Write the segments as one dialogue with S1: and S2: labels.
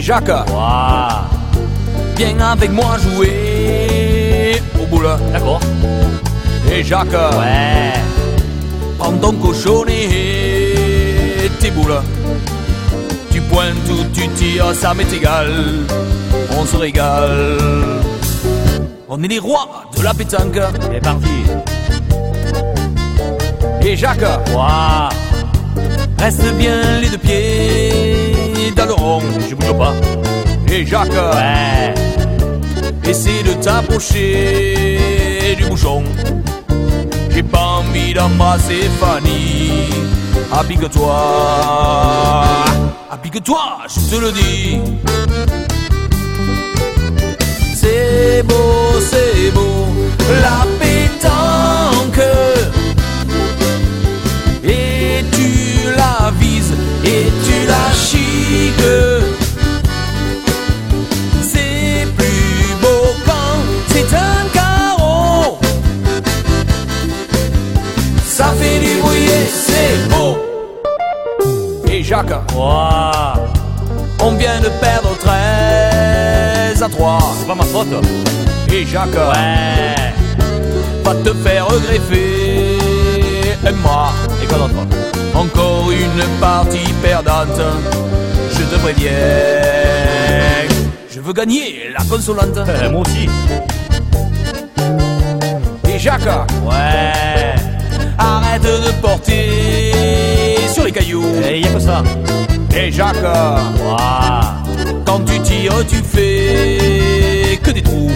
S1: Jacques. Viens avec moi jouer au boule.
S2: D'accord.
S1: Et Jacques,
S2: Ouais.
S1: prends ton cochonnet et tes boules. Tu pointes ou tu tires, ça m'est égal. On se régale. On est les rois de la pétanque.
S2: C'est parti.
S1: Et Jacques,
S2: Waouh.
S1: reste bien les deux pieds dans le rond.
S2: Je bouge pas.
S1: Et Jacques,
S2: Ouais.
S1: Essaie de t'approcher du bouchon. J'ai pas envie d'embrasser Fanny. Applique-toi, applique-toi, je te le dis. C'est beau, c'est beau, la pétanque. Et tu la vises, et tu la chiques. C'est plus beau quand c'est un carreau. Ça fait du bruit et c'est beau. Et Jacques,
S2: Waouh.
S1: on vient de perdre 13 à 3.
S2: C'est pas ma faute.
S1: Et Jacques,
S2: Ouais.
S1: va te faire greffer. Et moi,
S2: Et quoi d'autre
S1: encore une partie perdante. Je te préviens, je veux gagner la consolante.
S2: Euh, Moi aussi.
S1: Et Jacques,
S2: Ouais.
S1: Arrête de porter sur les cailloux.
S2: Et Eh, y a que ça.
S1: Et Jacques,
S2: Waouh.
S1: quand tu tires, tu fais que des trous.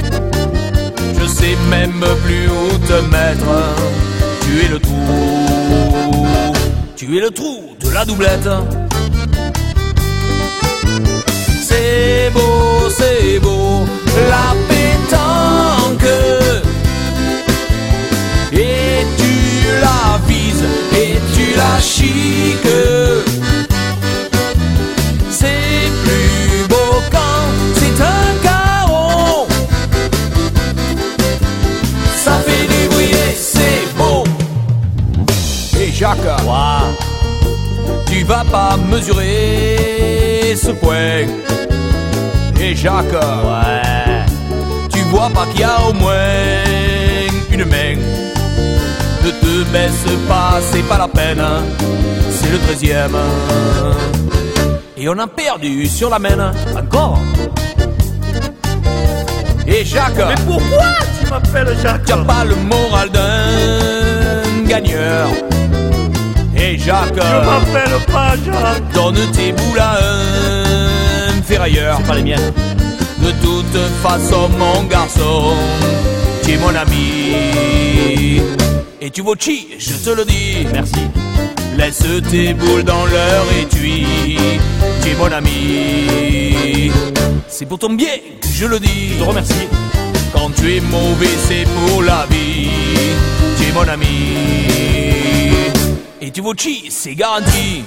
S1: Je sais même plus où te mettre. Tu es le trou. Tu es le trou de la doublette. C'est beau, c'est beau, la pétanque. Et tu la vises et tu la chiques. C'est plus beau quand c'est un carreau. Ça fait du bruit et c'est beau. Et Jacques,
S2: Waouh.
S1: tu vas pas mesurer ce point. Et Jacques,
S2: Ouais.
S1: tu vois pas qu'il y a au moins une main. Ne te baisse pas, c'est pas la peine. hein. C'est le treizième. Et on a perdu sur la main. hein.
S2: Encore
S1: Et Jacques,
S2: Mais pourquoi tu m'appelles Jacques
S1: t'as pas le moral d'un gagneur. Et Jacques,
S2: Je m'appelle pas Jacques.
S1: donne tes boules à un ferrailleur.
S2: C'est pas les miennes.
S1: De toute façon, mon garçon, tu es mon ami. Et tu vaux chi, je te le dis.
S2: Merci.
S1: Laisse tes boules dans leur étui. Tu es mon ami. C'est pour ton bien que je le dis.
S2: Je te remercie.
S1: Quand tu es mauvais, c'est pour la vie. Tu es mon ami. Et tu vaux chi, c'est garanti.